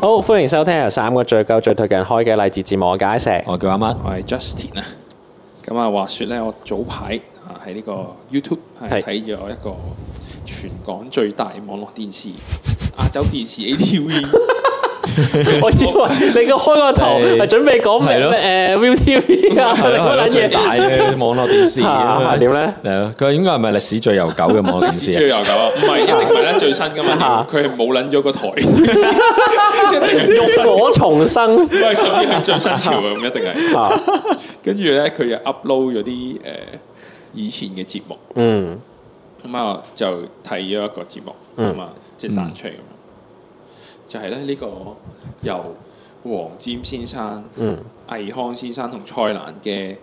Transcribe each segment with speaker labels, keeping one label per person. Speaker 1: 好，歡迎收聽由三個最舊最推近開嘅勵志節目，我解石。
Speaker 2: 哦我叫 阿乜，
Speaker 3: 我係 Justin 啊。咁啊，話說咧，我早排啊喺呢個 YouTube
Speaker 1: 係
Speaker 3: 係睇咗一個全港最大網絡電視亞洲電視 ATV，
Speaker 1: 我以為你個開個頭係準備講
Speaker 2: 係
Speaker 1: 咩
Speaker 2: 咯
Speaker 1: 咩誒 ViuTV 啊，
Speaker 2: 係咯係咯
Speaker 1: 嗰撚
Speaker 2: 最
Speaker 1: 嘢。
Speaker 2: 大嘅網絡 電視咁
Speaker 1: 啊
Speaker 2: 樣
Speaker 1: 點咧？
Speaker 2: 係咯，佢應該係咪歷史最悠久嘅網絡電 視
Speaker 3: 最
Speaker 2: 啊？
Speaker 3: 悠久啊，唔係一定唔係咧最新噶嘛
Speaker 1: 啊，
Speaker 3: 佢係冇撚咗個台，一定係最
Speaker 1: 浴
Speaker 3: 新，
Speaker 1: 火重 生
Speaker 3: 唔係甚至係最新潮啊，咁一定係。
Speaker 1: 啊！
Speaker 3: 跟住咧，佢又 upload 咗啲誒以前嘅節目，
Speaker 1: 嗯，
Speaker 3: 咁啊就睇咗一個節目，
Speaker 2: 嗯
Speaker 3: 咁啊即係彈出嚟咁樣，就係咧呢個由黃霑先生、
Speaker 2: 嗯
Speaker 3: 倪匡先生同蔡瀾嘅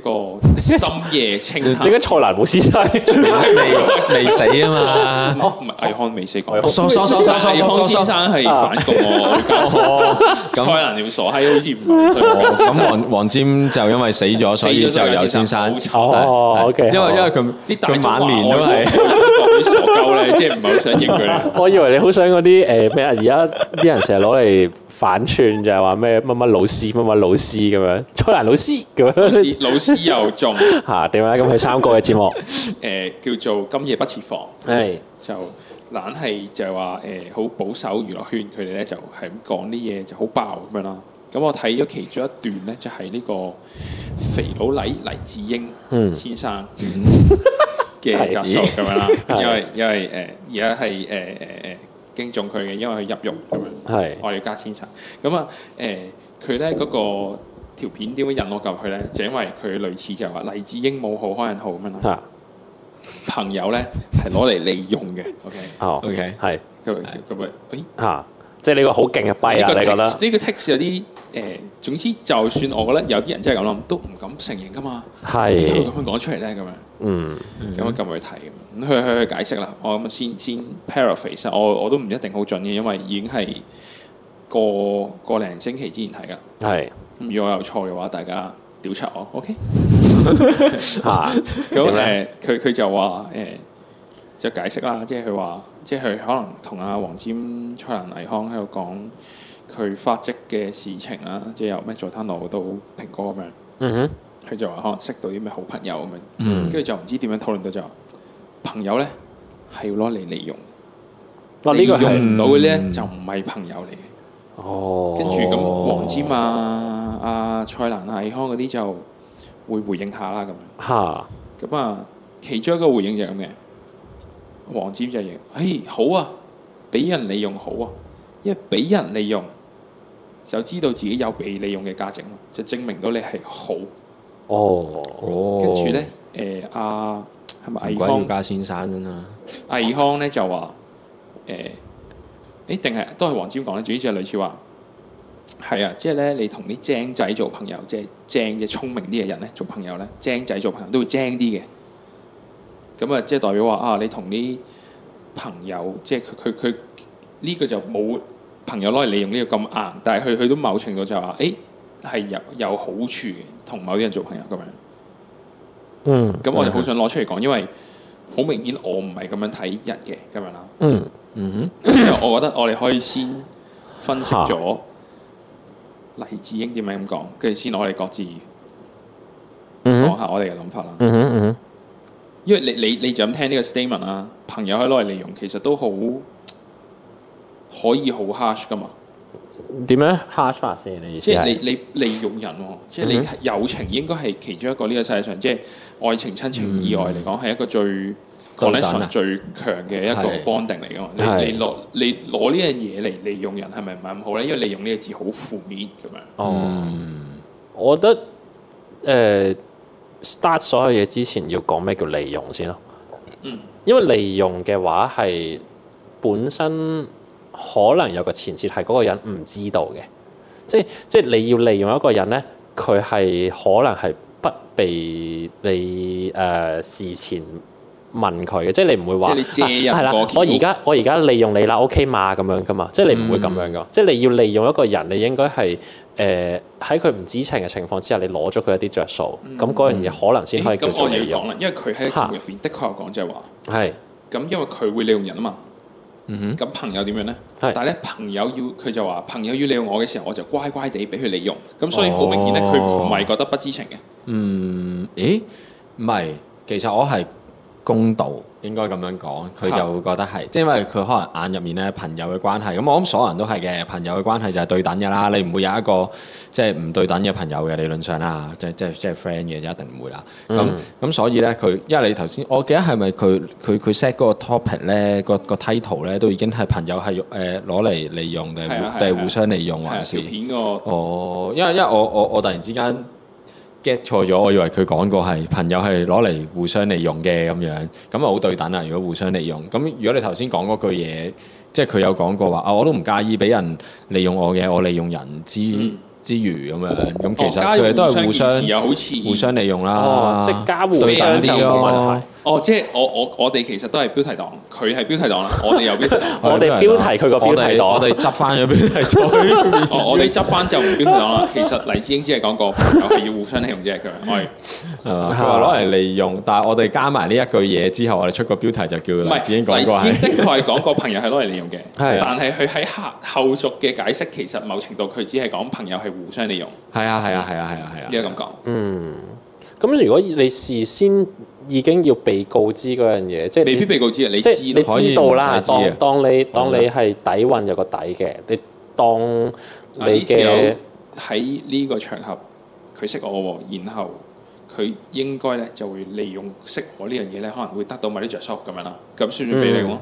Speaker 3: 個深夜清
Speaker 1: 點
Speaker 3: 談
Speaker 1: 解。蔡瀾冇師弟？
Speaker 2: 未未死啊 嘛！
Speaker 3: 唔係倪匡未死過，
Speaker 2: 傻傻傻傻傻
Speaker 3: 倪匡
Speaker 2: 傻
Speaker 3: 先生係反共喎，
Speaker 2: 啊咁
Speaker 3: 蔡瀾你傻閪好似唔係
Speaker 2: 哦
Speaker 3: 佢
Speaker 2: 咁黃黃霑就因為死咗， 所以就有先生。
Speaker 3: 死咗
Speaker 2: 係
Speaker 1: 哦
Speaker 2: 係
Speaker 1: OK，
Speaker 2: 因為
Speaker 1: 好
Speaker 2: 因為佢
Speaker 3: 啲大
Speaker 2: 佢晚年都
Speaker 3: 係
Speaker 2: 係
Speaker 3: 傻鳩咧，即係唔係好想認 佢啦。
Speaker 1: 我以為你好想嗰啲誒咩啊？而家啲人成日攞嚟反串就係話咩乜乜老師乜乜老師咁樣，蔡瀾老師咁
Speaker 3: 老
Speaker 1: 樣
Speaker 3: 師老師又中
Speaker 1: 嚇點啊咧？咁佢三個嘅節 目，
Speaker 3: 誒叫做今夜不設防，
Speaker 1: 係
Speaker 3: 就懶係就係話誒好保守娛樂圈，佢哋咧就係咁講啲嘢就好爆咁樣啦。咁我睇咗其中一段咧，就係呢個肥佬黎黎智英先生嘅集數咁樣啦。因為因為誒而家係誒誒誒敬重佢嘅，因為佢入獄咁樣。
Speaker 1: 係
Speaker 3: 我哋家先生咁啊誒，佢咧嗰個條片點解引我入去咧？就因為佢類似就係話黎智英冇好開人好咁樣啦，
Speaker 1: 嚇
Speaker 3: 朋友咧係攞嚟利用嘅。OK，
Speaker 1: 哦
Speaker 2: OK
Speaker 1: 係
Speaker 3: 咁咪咁咪，誒
Speaker 1: 嚇，即係呢個好勁嘅跛
Speaker 3: 呢
Speaker 1: 啊！
Speaker 3: 個
Speaker 1: 你覺
Speaker 3: text-
Speaker 1: 得？
Speaker 3: 呢個 text 有啲誒，總之就算我覺得有啲人真係咁諗，都唔敢承認噶嘛。點解
Speaker 1: 係
Speaker 3: 會咁樣講出嚟咧，咁樣
Speaker 1: 嗯
Speaker 3: 咁樣撳佢睇咁樣，咁佢佢佢解釋啦。我咁啊先先 paraphrase 啦我我都唔一定好準嘅，因為已經係個個零星期之前睇噶啦。
Speaker 1: 係
Speaker 3: 咁如果我有錯嘅話，大家調查我，OK？
Speaker 1: 嚇
Speaker 3: 咁
Speaker 1: 點咧
Speaker 3: 誒，佢佢就話誒，就解釋啦，即係佢話，即係佢可能同阿黃霑、蔡瀾、倪匡喺度講佢發跡嘅事情啦，即係由咩佐丹奴到蘋果咁樣。
Speaker 1: 嗯哼。
Speaker 3: 佢就話可哦能識到啲咩好朋友咁樣，
Speaker 1: 嗯
Speaker 3: 跟住就唔知點樣討論到就話朋友咧係要攞嚟利用，
Speaker 1: 哇！呢個
Speaker 3: 利
Speaker 1: 係
Speaker 3: 用唔到嘅咧就唔係朋友嚟嘅。
Speaker 1: 哦，
Speaker 3: 跟住咁黃霑啊、阿蔡瀾啊、倪匡嗰啲就會回應下啦咁樣。
Speaker 1: 嚇
Speaker 3: 咁啊，其中一個回應就係咁嘅，黃霑就認，誒好啊，俾人利用好啊，因為俾人利用就知道自己有被利用嘅價值嘛，就證明到你係好。
Speaker 1: 哦，
Speaker 2: 哦
Speaker 3: 跟住咧，誒阿係咪
Speaker 2: 唔
Speaker 3: 倪
Speaker 2: 鬼要
Speaker 3: 匡？
Speaker 2: 家先生啊真啦。
Speaker 3: 倪匡咧就話誒，誒定係都係黃霑講咧，總之就係類似話係啊，即係咧你同啲精仔做朋友，即係精嘅聰明啲嘅人咧做朋友咧，精仔做朋友都會精啲嘅。咁啊，即係代表話啊，你同啲朋友，即係佢佢佢呢個就冇朋友攞嚟利用呢個咁硬，但係佢去到某程度就話，誒、係有有好處嘅，同某啲人做朋友咁樣。
Speaker 1: 嗯
Speaker 3: 咁我就好想攞出嚟講，因為好明顯我唔係咁樣睇人嘅咁樣啦。
Speaker 1: 嗯
Speaker 2: 嗯
Speaker 3: 我覺得我哋可以先分析咗黎智英點樣咁講，跟住先我哋各自講下我哋嘅諗法啦。
Speaker 1: 嗯哼嗯
Speaker 3: 因為你你你就咁聽呢個 statement 啦，朋友可以攞嚟利用，其實都好可以好 harsh 噶嘛。
Speaker 1: 哼，點樣 hard 法先？你意思
Speaker 3: 即係
Speaker 1: 係嗯
Speaker 3: 你你利用人喎，即係你友情應該係其中一個呢個世界上，即係愛情、親情以外嚟
Speaker 1: 嗯
Speaker 3: 講，係一個最
Speaker 2: 對等啊
Speaker 3: connection 最強嘅一個
Speaker 2: 係
Speaker 3: bonding 嚟㗎嘛。你
Speaker 1: 係
Speaker 3: 你攞你攞呢樣嘢嚟利用人係咪唔係咁好咧？因為利用呢個字好負面咁樣。
Speaker 1: 哦，我覺得誒 start 所有嘢之前要講咩叫利用先咯。
Speaker 3: 嗯，
Speaker 1: 因為利用嘅話係本身可能有個前設係嗰個人唔知道嘅，即係即係你要利用一個人咧，佢係可能係不被你誒、呃事前問佢嘅，即係你唔會話
Speaker 3: 即係你借
Speaker 1: 啊係
Speaker 3: 人
Speaker 1: 啦，
Speaker 3: 過橋
Speaker 1: 我而家我而家利用你啦，OK 嘛咁樣噶嘛，即係你唔會咁樣
Speaker 3: 嗯
Speaker 1: 噶，即係你要利用一個人，你應該係誒喺佢唔知情嘅情況之下，你攞咗佢一啲着數，咁嗰樣嘢可能先可以
Speaker 3: 嗯咦
Speaker 1: 叫
Speaker 3: 咁我
Speaker 1: 做
Speaker 3: 哋
Speaker 1: 利
Speaker 3: 要
Speaker 1: 用
Speaker 3: 講，啦，因為佢喺節目入邊的確有講就係話，
Speaker 1: 係
Speaker 3: 咁因為佢會利用人啊嘛，
Speaker 2: 嗯
Speaker 3: 咁朋友點樣呢？
Speaker 1: 係
Speaker 3: 但係咧，朋友要佢就話朋友要利用我嘅時候，我就乖乖地俾佢利用。咁所以好明顯咧，
Speaker 2: 哦
Speaker 3: 佢唔係覺得不知情嘅。
Speaker 2: 哼，嗯，咦，唔係，其實我係公道，應該咁樣講，佢就會覺得係，即係因為佢可能眼入面咧朋友嘅關係，咁我諗所有人都係嘅，朋友嘅關係就係對等嘅啦，你唔會有一個即係唔對等嘅朋友嘅理論上啦，即係即係即係 friend 嘅就一定唔會啦。咁
Speaker 3: 嗯
Speaker 2: 咁、所以咧，佢因為你頭先，我記得係咪佢佢佢 set 嗰個 topic 咧，個個 title 咧都已經係朋友係誒攞嚟利用定係
Speaker 3: 係啊
Speaker 2: 互
Speaker 3: 係啊
Speaker 2: 定係互相利用
Speaker 3: 係啊
Speaker 2: 還
Speaker 3: 條
Speaker 2: 是？
Speaker 3: 片個
Speaker 2: 哦，因為因為我我我突然之間 get 錯咗，我以為佢講過係朋友係攞嚟互相利用嘅咁樣，咁啊好對等啊！如果互相利用，咁如果你頭先講嗰句嘢，即係佢有講過話啊，我都唔介意俾人利用我嘅，我利用人之、
Speaker 3: 嗯
Speaker 2: 之餘咁樣，咁
Speaker 3: 哦
Speaker 2: 其實
Speaker 3: 家
Speaker 2: 佢哋都係互
Speaker 3: 件
Speaker 2: 相
Speaker 3: 事又好似
Speaker 2: 互相利用啦，
Speaker 1: 哦即係家互
Speaker 2: 對等
Speaker 1: 相
Speaker 2: 啲
Speaker 1: 就冇問
Speaker 2: 咯
Speaker 1: 題。
Speaker 3: 哦，即係我我我哋其實都係標題黨，佢係標題黨啦，我哋又標題 黨。
Speaker 1: 我哋標題佢個標題黨
Speaker 2: 我哋我哋執翻咗標題 黨。
Speaker 3: 哦，我哋執翻就唔標題黨啦。其實黎智英只係講過朋友係要互相利用啫，佢係
Speaker 2: 係嘛佢話攞嚟利用，但係我哋加埋呢一句嘢之後，我哋出個標題就
Speaker 3: 唔
Speaker 2: 叫黎
Speaker 3: 係
Speaker 2: 智英講過
Speaker 3: 黎
Speaker 2: 係
Speaker 3: 智英的確係講過朋友係攞嚟利用嘅，
Speaker 2: 係啊
Speaker 3: 但係佢喺後後續嘅解釋，其實某程度佢只係講朋友係互相利用呢
Speaker 2: 係啊係啊係啊係啊係
Speaker 3: 個
Speaker 2: 啊，
Speaker 3: 咁講。
Speaker 1: 咁如果你事先已經要被告知嗰樣嘢，即係你
Speaker 3: 未必被告知啊，你
Speaker 1: 即
Speaker 3: 知
Speaker 1: 係
Speaker 3: 咯
Speaker 1: 你
Speaker 2: 可以
Speaker 1: 知道啦，
Speaker 2: 唔使知
Speaker 1: 當
Speaker 3: 啊
Speaker 2: 嘅
Speaker 1: 當你當
Speaker 2: 我
Speaker 1: 你係底運有個底嘅，你當
Speaker 3: 啊呢
Speaker 1: 你
Speaker 3: 條
Speaker 1: 嘅
Speaker 3: 友喺呢個場合，佢識我喎，然後佢應該咧就會利用識我呢樣嘢咧，可能會得到某啲着數咁樣啦。咁算唔算俾利用啊？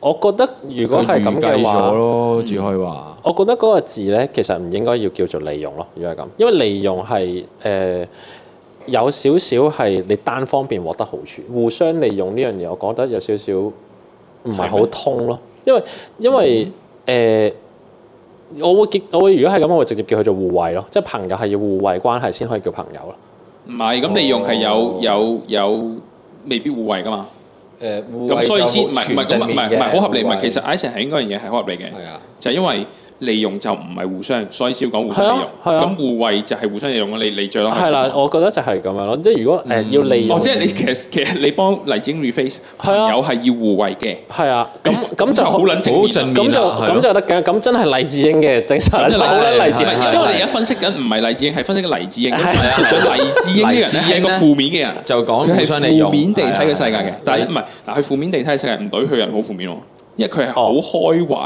Speaker 1: 我覺得如果係咁
Speaker 2: 佢預
Speaker 1: 嘅
Speaker 2: 計咗
Speaker 1: 話，
Speaker 2: 咯，只可以話
Speaker 1: 我覺得嗰個字咧其實唔應該要叫做利用咯。如果係咁，因為利用係誒、呃有少少係你單方面獲得好處，互相利用呢樣嘢，我覺得有少少唔係
Speaker 3: 係
Speaker 1: 好
Speaker 3: 咩
Speaker 1: 通咯。因
Speaker 3: 嗯
Speaker 1: 為因為誒、呃我會結我會如果係咁，我會直接叫佢做互惠咯，即係朋友係要互惠關係先可以叫朋友咯。
Speaker 3: 唔係，咁利用係有有有未必互惠噶嘛。
Speaker 2: 誒，
Speaker 3: 咁所以先唔係唔係
Speaker 2: 啊
Speaker 3: 咁唔係唔係好合理，唔係其
Speaker 2: 實
Speaker 3: 實 i s o n 係應該樣嘢係好合理嘅，
Speaker 2: 係啊，
Speaker 3: 就係因為利用就唔係互相，所以先講互相利用。
Speaker 1: 係啊係啊
Speaker 3: 咁互惠就係互相利用咯，你你最咯。
Speaker 1: 係啦，我覺得就係咁樣咯。即係如果誒、呃要利用，
Speaker 3: 哦，即係你其實其實你幫黎智英 reface
Speaker 1: 係
Speaker 3: 朋
Speaker 1: 啊
Speaker 3: 友係要互惠嘅，
Speaker 1: 係啊，咁咁就
Speaker 3: 好撚正面
Speaker 2: 好
Speaker 3: 啊
Speaker 2: 正面
Speaker 1: 咁就
Speaker 2: 啊係
Speaker 1: 咁
Speaker 2: 咯
Speaker 1: 就得嘅，咁真係黎智英嘅精神，好
Speaker 3: 咁就
Speaker 1: 撚
Speaker 2: 黎
Speaker 1: 黎智
Speaker 3: 唔
Speaker 1: 英
Speaker 3: 係，
Speaker 2: 係
Speaker 3: 因為我哋而家分析緊唔係 黎智英，係分析緊黎智英。
Speaker 1: 係
Speaker 2: 啊
Speaker 3: 所以黎智英呢個人咧係一個負面嘅人，
Speaker 2: 就講
Speaker 3: 佢
Speaker 2: 互
Speaker 3: 係
Speaker 2: 相利用
Speaker 3: 負面地睇嘅世界
Speaker 2: 係
Speaker 3: 嘅
Speaker 2: 啊。
Speaker 3: 但
Speaker 2: 係
Speaker 3: 係
Speaker 2: 啊
Speaker 3: 唔係嗱，佢負面地睇嘅世界唔對佢人好負面喎，因為佢係好開懷。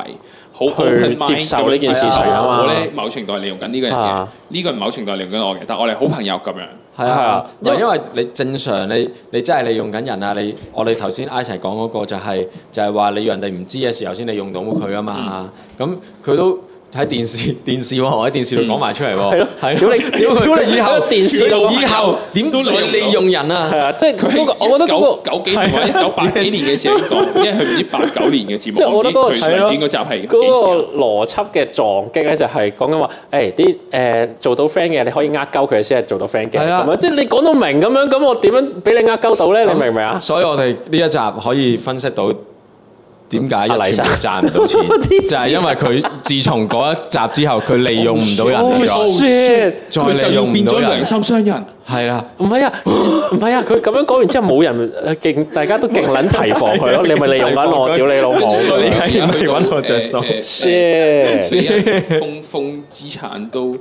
Speaker 3: 好 open mind
Speaker 1: 接受呢件
Speaker 2: 事情啊
Speaker 1: 嘛
Speaker 3: 我咧某程度係利用緊呢個人嘅
Speaker 1: 啊，
Speaker 3: 呢個人某程度係利用緊我嘅，但係我哋好朋友咁樣。
Speaker 1: 係
Speaker 2: 係啊
Speaker 1: 啊，
Speaker 2: 唔係因為你正常你你真係利用緊人啊！你我哋頭先 i s a 講嗰個就係就係話你要人哋唔知嘅時候先你用到佢啊嘛，咁佢都。 喺電視電視喎，我喺電視度講埋出嚟喎，
Speaker 1: 嗯係咯
Speaker 2: 係
Speaker 1: 屌你
Speaker 2: 只要
Speaker 1: 屌
Speaker 2: 佢
Speaker 1: 你
Speaker 2: 以後
Speaker 1: 喺電視度
Speaker 2: 以後點
Speaker 3: 都
Speaker 2: 再
Speaker 3: 利
Speaker 2: 利
Speaker 3: 用
Speaker 2: 用人啊
Speaker 1: 係？啊，即係
Speaker 3: 佢
Speaker 1: 嗰個，
Speaker 3: 係
Speaker 1: 我覺得嗰
Speaker 3: 九
Speaker 1: 個啊
Speaker 3: 九幾年或者一九八幾年嘅時候已 經講，因為佢唔知八九年嘅節
Speaker 1: 即係
Speaker 3: 目，
Speaker 1: 我
Speaker 3: 我
Speaker 1: 覺得
Speaker 3: 唔知
Speaker 1: 嗰個
Speaker 3: 佢
Speaker 1: 係
Speaker 3: 上
Speaker 1: 咯
Speaker 3: 展嗰集係幾
Speaker 1: 嗰
Speaker 3: 時啊。
Speaker 1: 個邏輯嘅撞擊咧，就係講緊話，誒啲誒做到 friend 嘅，你可以呃鳩佢先係做到 friend 嘅，
Speaker 2: 係啊
Speaker 1: 咁樣即係你講到明咁樣，咁我點樣俾你呃鳩到咧？你明唔明啊？
Speaker 2: 所以我哋呢一集可以分析到點解一
Speaker 1: 阿黎
Speaker 2: 傳
Speaker 1: 生
Speaker 2: 媒賺唔 到錢，
Speaker 1: 黐線
Speaker 2: 就係因為佢自從嗰一集之後，佢利用唔到人
Speaker 1: Oh
Speaker 2: 咗，
Speaker 1: shit！
Speaker 2: 再
Speaker 3: 佢就
Speaker 2: 利
Speaker 3: 要
Speaker 2: 用唔
Speaker 3: 變
Speaker 2: 到
Speaker 3: 咗
Speaker 2: 人
Speaker 3: 良，心商人。
Speaker 2: 係啦。
Speaker 1: 唔係啊，唔係啊，佢咁樣講完之後冇人誒勁，大家都勁撚提防佢咯。你咪利用緊我，屌你老母
Speaker 2: 所以係要你揾我着數
Speaker 3: 誒誒誒
Speaker 1: ！shit，
Speaker 3: 呃所以 封封資產都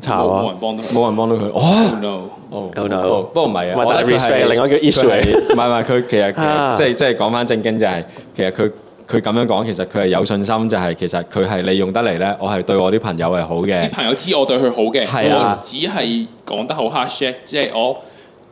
Speaker 1: 查啊
Speaker 3: 冇人幫到佢。
Speaker 2: 冇人幫到佢，哦
Speaker 3: Oh no！
Speaker 2: 哦
Speaker 1: Oh no
Speaker 2: 哦不過唔係啊，
Speaker 1: 唔係
Speaker 2: 我覺得佢係
Speaker 1: 但係 respect，另外一個 issue
Speaker 2: 佢係唔係唔係佢 其實其
Speaker 1: 啊
Speaker 2: 實即係即係講翻正經就係其實佢。佢咁樣講，其實佢係有信心，就係其實佢係利用得嚟咧，我係對我啲朋友係好嘅
Speaker 3: 啲，朋友知我對佢好嘅，
Speaker 2: 係
Speaker 3: 我
Speaker 2: 啊
Speaker 3: 只係講得好 harsh 啫，即係我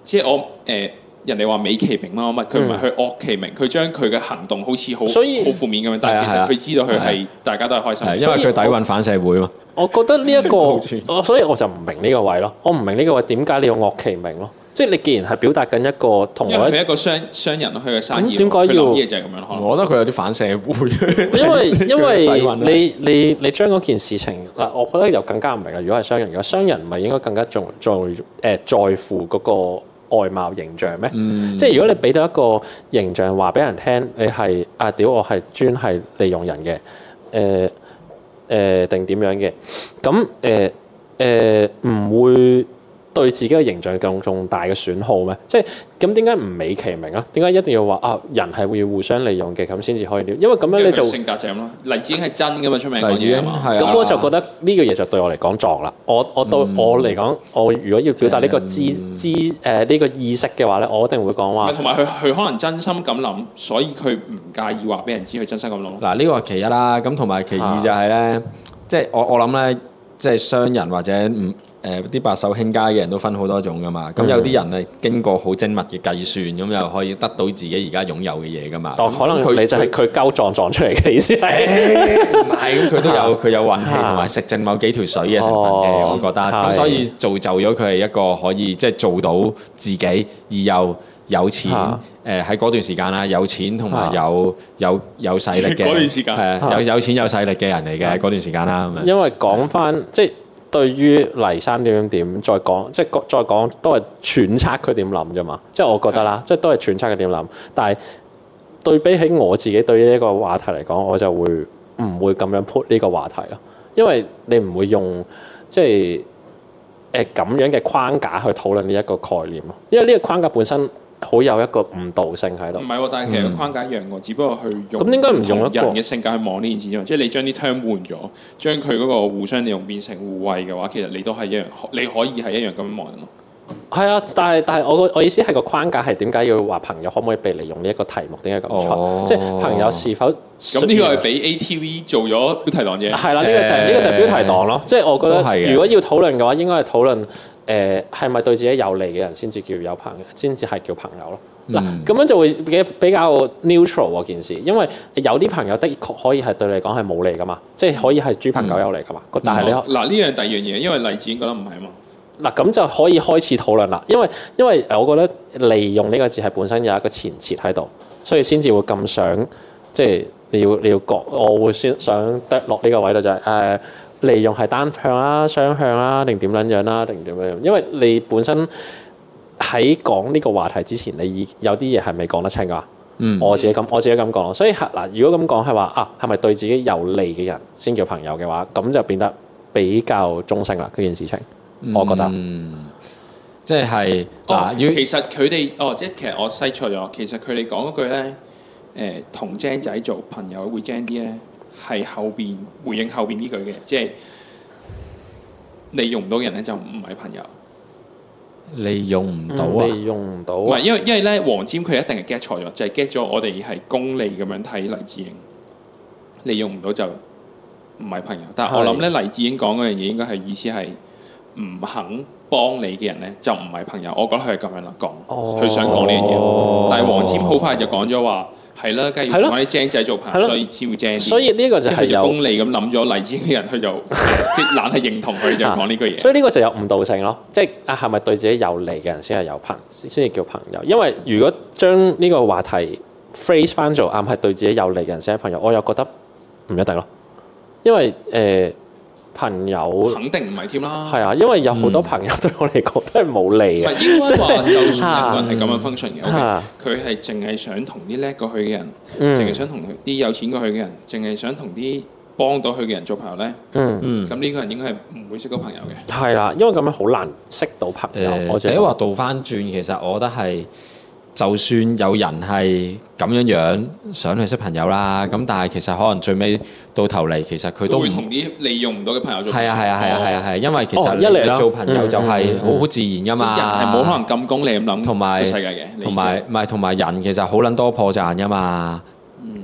Speaker 3: 即係我誒。人哋話美其名啦，乜佢唔係去惡其名，佢將佢嘅行動好似好
Speaker 1: 所以
Speaker 3: 好負面咁樣，但係
Speaker 2: 係啊
Speaker 3: 其實佢知道佢
Speaker 2: 係
Speaker 3: 係大家都係開心
Speaker 2: 係啊
Speaker 3: 嘅。
Speaker 2: 因為佢底運反社會嘛。
Speaker 1: 我覺得呢、一個
Speaker 2: 好串，
Speaker 1: 我所以我就唔明呢個位咯。我唔明呢個位點解你要樂其名咯？即係你既然係表達緊一個同
Speaker 3: 因
Speaker 1: 我
Speaker 3: 為
Speaker 1: 一，
Speaker 3: 佢一個商商人，佢嘅生意，
Speaker 1: 咁點解
Speaker 3: 佢諗
Speaker 1: 要
Speaker 3: 嘢就係咁樣
Speaker 1: 哦
Speaker 3: 可能。
Speaker 2: 我覺得佢有啲反 社會，
Speaker 1: 因為因
Speaker 2: 佢底運啊
Speaker 1: 為你你你將嗰件事情嗱，我覺得又更加唔明啦。如果係商人嘅話，商人唔係應該更加重在誒在乎嗰個外貌形象咩？
Speaker 2: 嗯
Speaker 1: 即係如果你俾到一個形象話俾人聽，你係啊屌我係專係利用人嘅，誒、呃呃誒、定點樣嘅，咁誒誒唔會對自己嘅形象咁重大嘅損耗咩？即係咁點解唔美其名啊？點解一定要話啊人係會互相利用嘅咁先至可以了？因為咁樣你就
Speaker 3: 因為佢性格就係咁咯。黎智英係真噶嘛，出名嗰
Speaker 2: 黎智
Speaker 3: 啲
Speaker 2: 英
Speaker 3: 係嘛？
Speaker 2: 係啊嗯
Speaker 1: 咁我就覺得呢個嘢就對我嚟講撞啦。我我對我嚟講，我如果要表達呢個知知誒呢個意識嘅話咧，我一定會講
Speaker 2: 嗯
Speaker 1: 話
Speaker 3: 同埋佢佢可能真心咁諗，所以佢唔介意話俾人知佢真心咁
Speaker 1: 哦
Speaker 3: 諗。
Speaker 2: 嗱，呢個係其一啦，咁同埋其
Speaker 1: 啊
Speaker 2: 二就係咧，即係我我諗咧，即係商人或者唔誒啲白手興家嘅人都分好多種噶嘛。
Speaker 1: 嗯
Speaker 2: 咁有啲人係經過好精密嘅計算，咁又可以得到自己而家擁有嘅嘢噶嘛。
Speaker 1: 哦，可能
Speaker 2: 咁
Speaker 1: 你就係佢鳩撞撞出嚟嘅意思 係。
Speaker 2: 唔係咁佢
Speaker 1: 啊
Speaker 2: 都有佢有運氣同埋食正某幾條水嘅成分嘅，
Speaker 1: 哦
Speaker 2: 我覺得。
Speaker 1: 係
Speaker 2: 咁所以造就咗佢係一個可以即係做到自己而又有錢
Speaker 1: 嚇
Speaker 2: 誒喺嗰段時間啦，有錢同埋
Speaker 1: 嚇
Speaker 2: 有有有勢力嘅
Speaker 3: 嗰段時間
Speaker 2: 係啊
Speaker 1: 嚇
Speaker 2: 有有錢有勢力嘅人嚟嘅嗰段時間啦咁樣。
Speaker 1: 因為講翻即係對於黎山點點點，再講即係再講都係揣測佢點諗啫嘛。即係我覺得啦，即係都係揣測佢點諗。但係對比起我自己對於呢個話題嚟講，我就會唔會咁樣 put 呢個話題咯，因為你唔會用即係誒咁樣嘅框架去討論呢一個概念咯，因為呢個框架本身好有一個誤導性喺度
Speaker 3: 唔。係喎，但係其實個框架一樣喎，只不過佢用
Speaker 1: 咁應該唔用一個
Speaker 3: 唔同人嘅性格去望呢件事啫嘛。即係你將啲 term 換咗，將佢嗰個互相利用變成互惠嘅話，其實你都係一樣，你可以係一樣咁樣望人咯。
Speaker 1: 係啊，但係但係我個我意思係個框架係點解要話朋友可唔可以被利用呢一個題目點解咁出？
Speaker 2: 哦
Speaker 1: 即係朋友是否
Speaker 3: 咁呢個係俾 ATV 做咗標題黨嘢。
Speaker 1: 係啦，呢、個就係、呢、個就係標題黨咯。即係我覺
Speaker 2: 都係
Speaker 1: 得
Speaker 2: 嘅
Speaker 1: 如果要討論嘅話，應該係討論誒係咪對自己有利嘅人先至叫有朋友，先至係叫朋友咯。嗱、
Speaker 2: 嗯
Speaker 1: 咁樣就會比比較 neutral 喎件事，因為有啲朋友的確可以係對你嚟講係冇利噶嘛，即係可以係豬朋狗友嚟噶嘛。但係你可
Speaker 3: 嗱呢樣第二樣嘢，因為黎智英覺得唔係啊嘛。
Speaker 1: 嗱，咁就可以開始討論啦。因為因為誒我覺得利用呢個字係本身有一個前設喺度，所以先至會咁想，即係你要你要講，我會先想得落呢個位度就係、誒、利用係單向啦、雙向啦，定點樣樣啦，定點樣樣。因為你本身喺講呢個話題之前，你已有啲嘢係未講得清㗎。
Speaker 2: 嗯
Speaker 1: 我自己咁我自己咁講，所以係嗱，如果咁講係話啊，係咪對自己有利嘅人先叫朋友嘅話，咁就變得比較中性啦。呢件事情，我覺得。
Speaker 2: 嗯即係
Speaker 3: 哦
Speaker 2: 嗱，要
Speaker 3: 其實佢哋哦，即係其實我西錯咗。其實佢哋講嗰句咧，誒同精仔做朋友會精啲咧，係後邊回應後邊呢句嘅，即係你用唔到嘅人咧就唔係朋友。
Speaker 2: 利用唔到
Speaker 1: 嗯
Speaker 2: 啊。
Speaker 1: 利用唔到
Speaker 3: 唔係
Speaker 1: 啊，
Speaker 3: 因為因為咧，黃沾佢一定係 get 錯咗，就係 get 咗我哋係功利咁樣睇黎智英，利用唔到就唔係朋友。但係我諗咧，黎智英講嗰樣嘢應該係意思係唔肯幫你嘅人咧就唔係朋友。我覺得佢係咁樣啦講，
Speaker 1: 哦
Speaker 3: 佢、想講呢樣
Speaker 1: 哦
Speaker 3: 嘢。但係黃沾好快就講咗話係啦，梗係
Speaker 1: 係
Speaker 3: 要
Speaker 1: 咯
Speaker 3: 同啲精仔做朋
Speaker 1: 係
Speaker 3: 友，
Speaker 1: 咯
Speaker 3: 所以先會精啲。
Speaker 1: 所以呢個
Speaker 3: 即
Speaker 1: 就
Speaker 3: 係
Speaker 1: 係
Speaker 3: 佢就
Speaker 1: 有，
Speaker 3: 功利咁諗咗黎智英啲人，佢就 即係懶係認同佢就講呢句嘢。
Speaker 1: 所以呢個就有誤導性咯。即係啊，係咪對自己有利嘅人先係有朋，先至叫朋友？因為如果將呢個話題 phrase 翻做啊啱係對自己有利嘅人先係朋友，我又覺得唔一定咯。因為誒、呃朋友
Speaker 3: 肯定唔係添啦。
Speaker 1: 係啊，因為有好多
Speaker 2: 嗯
Speaker 1: 朋友對我嚟講都係冇利
Speaker 3: 唔
Speaker 1: 嘅。
Speaker 3: 係應該話，就算一個人係咁樣 function 嘅，OK，
Speaker 1: 啊
Speaker 3: 佢係淨係想同啲叻過佢嘅人，
Speaker 1: 嗯
Speaker 3: 淨係想同佢啲有錢過佢嘅人，淨係想同啲幫到佢嘅人做朋友咧，
Speaker 1: 嗯，
Speaker 2: 嗯
Speaker 3: 咁呢個人應該係唔會識到朋友嘅。
Speaker 1: 係啦，因為咁樣好難識到朋友。我
Speaker 2: 誒，
Speaker 1: 自
Speaker 2: 呃第
Speaker 1: 己覺
Speaker 2: 一
Speaker 1: 得
Speaker 2: 話倒翻轉，其實我覺得係，就算有人係咁樣樣想去識朋友啦，咁但係其實可能最尾到頭嚟，其實佢都
Speaker 3: 都
Speaker 2: 唔
Speaker 3: 會同啲利用唔到嘅朋友做朋
Speaker 2: 係
Speaker 3: 友。
Speaker 2: 啊係啊係啊係啊係啊，因為其
Speaker 1: 哦
Speaker 2: 實
Speaker 1: 一嚟啦
Speaker 2: 你做朋友就係
Speaker 1: 嗯嗯嗯
Speaker 2: 好好自然噶
Speaker 3: 即係
Speaker 2: 嘛，
Speaker 3: 人係冇可能咁功利咁諗
Speaker 2: 同埋
Speaker 3: 個世界嘅，
Speaker 2: 同埋唔係同埋人其實好撚多破綻噶嘛。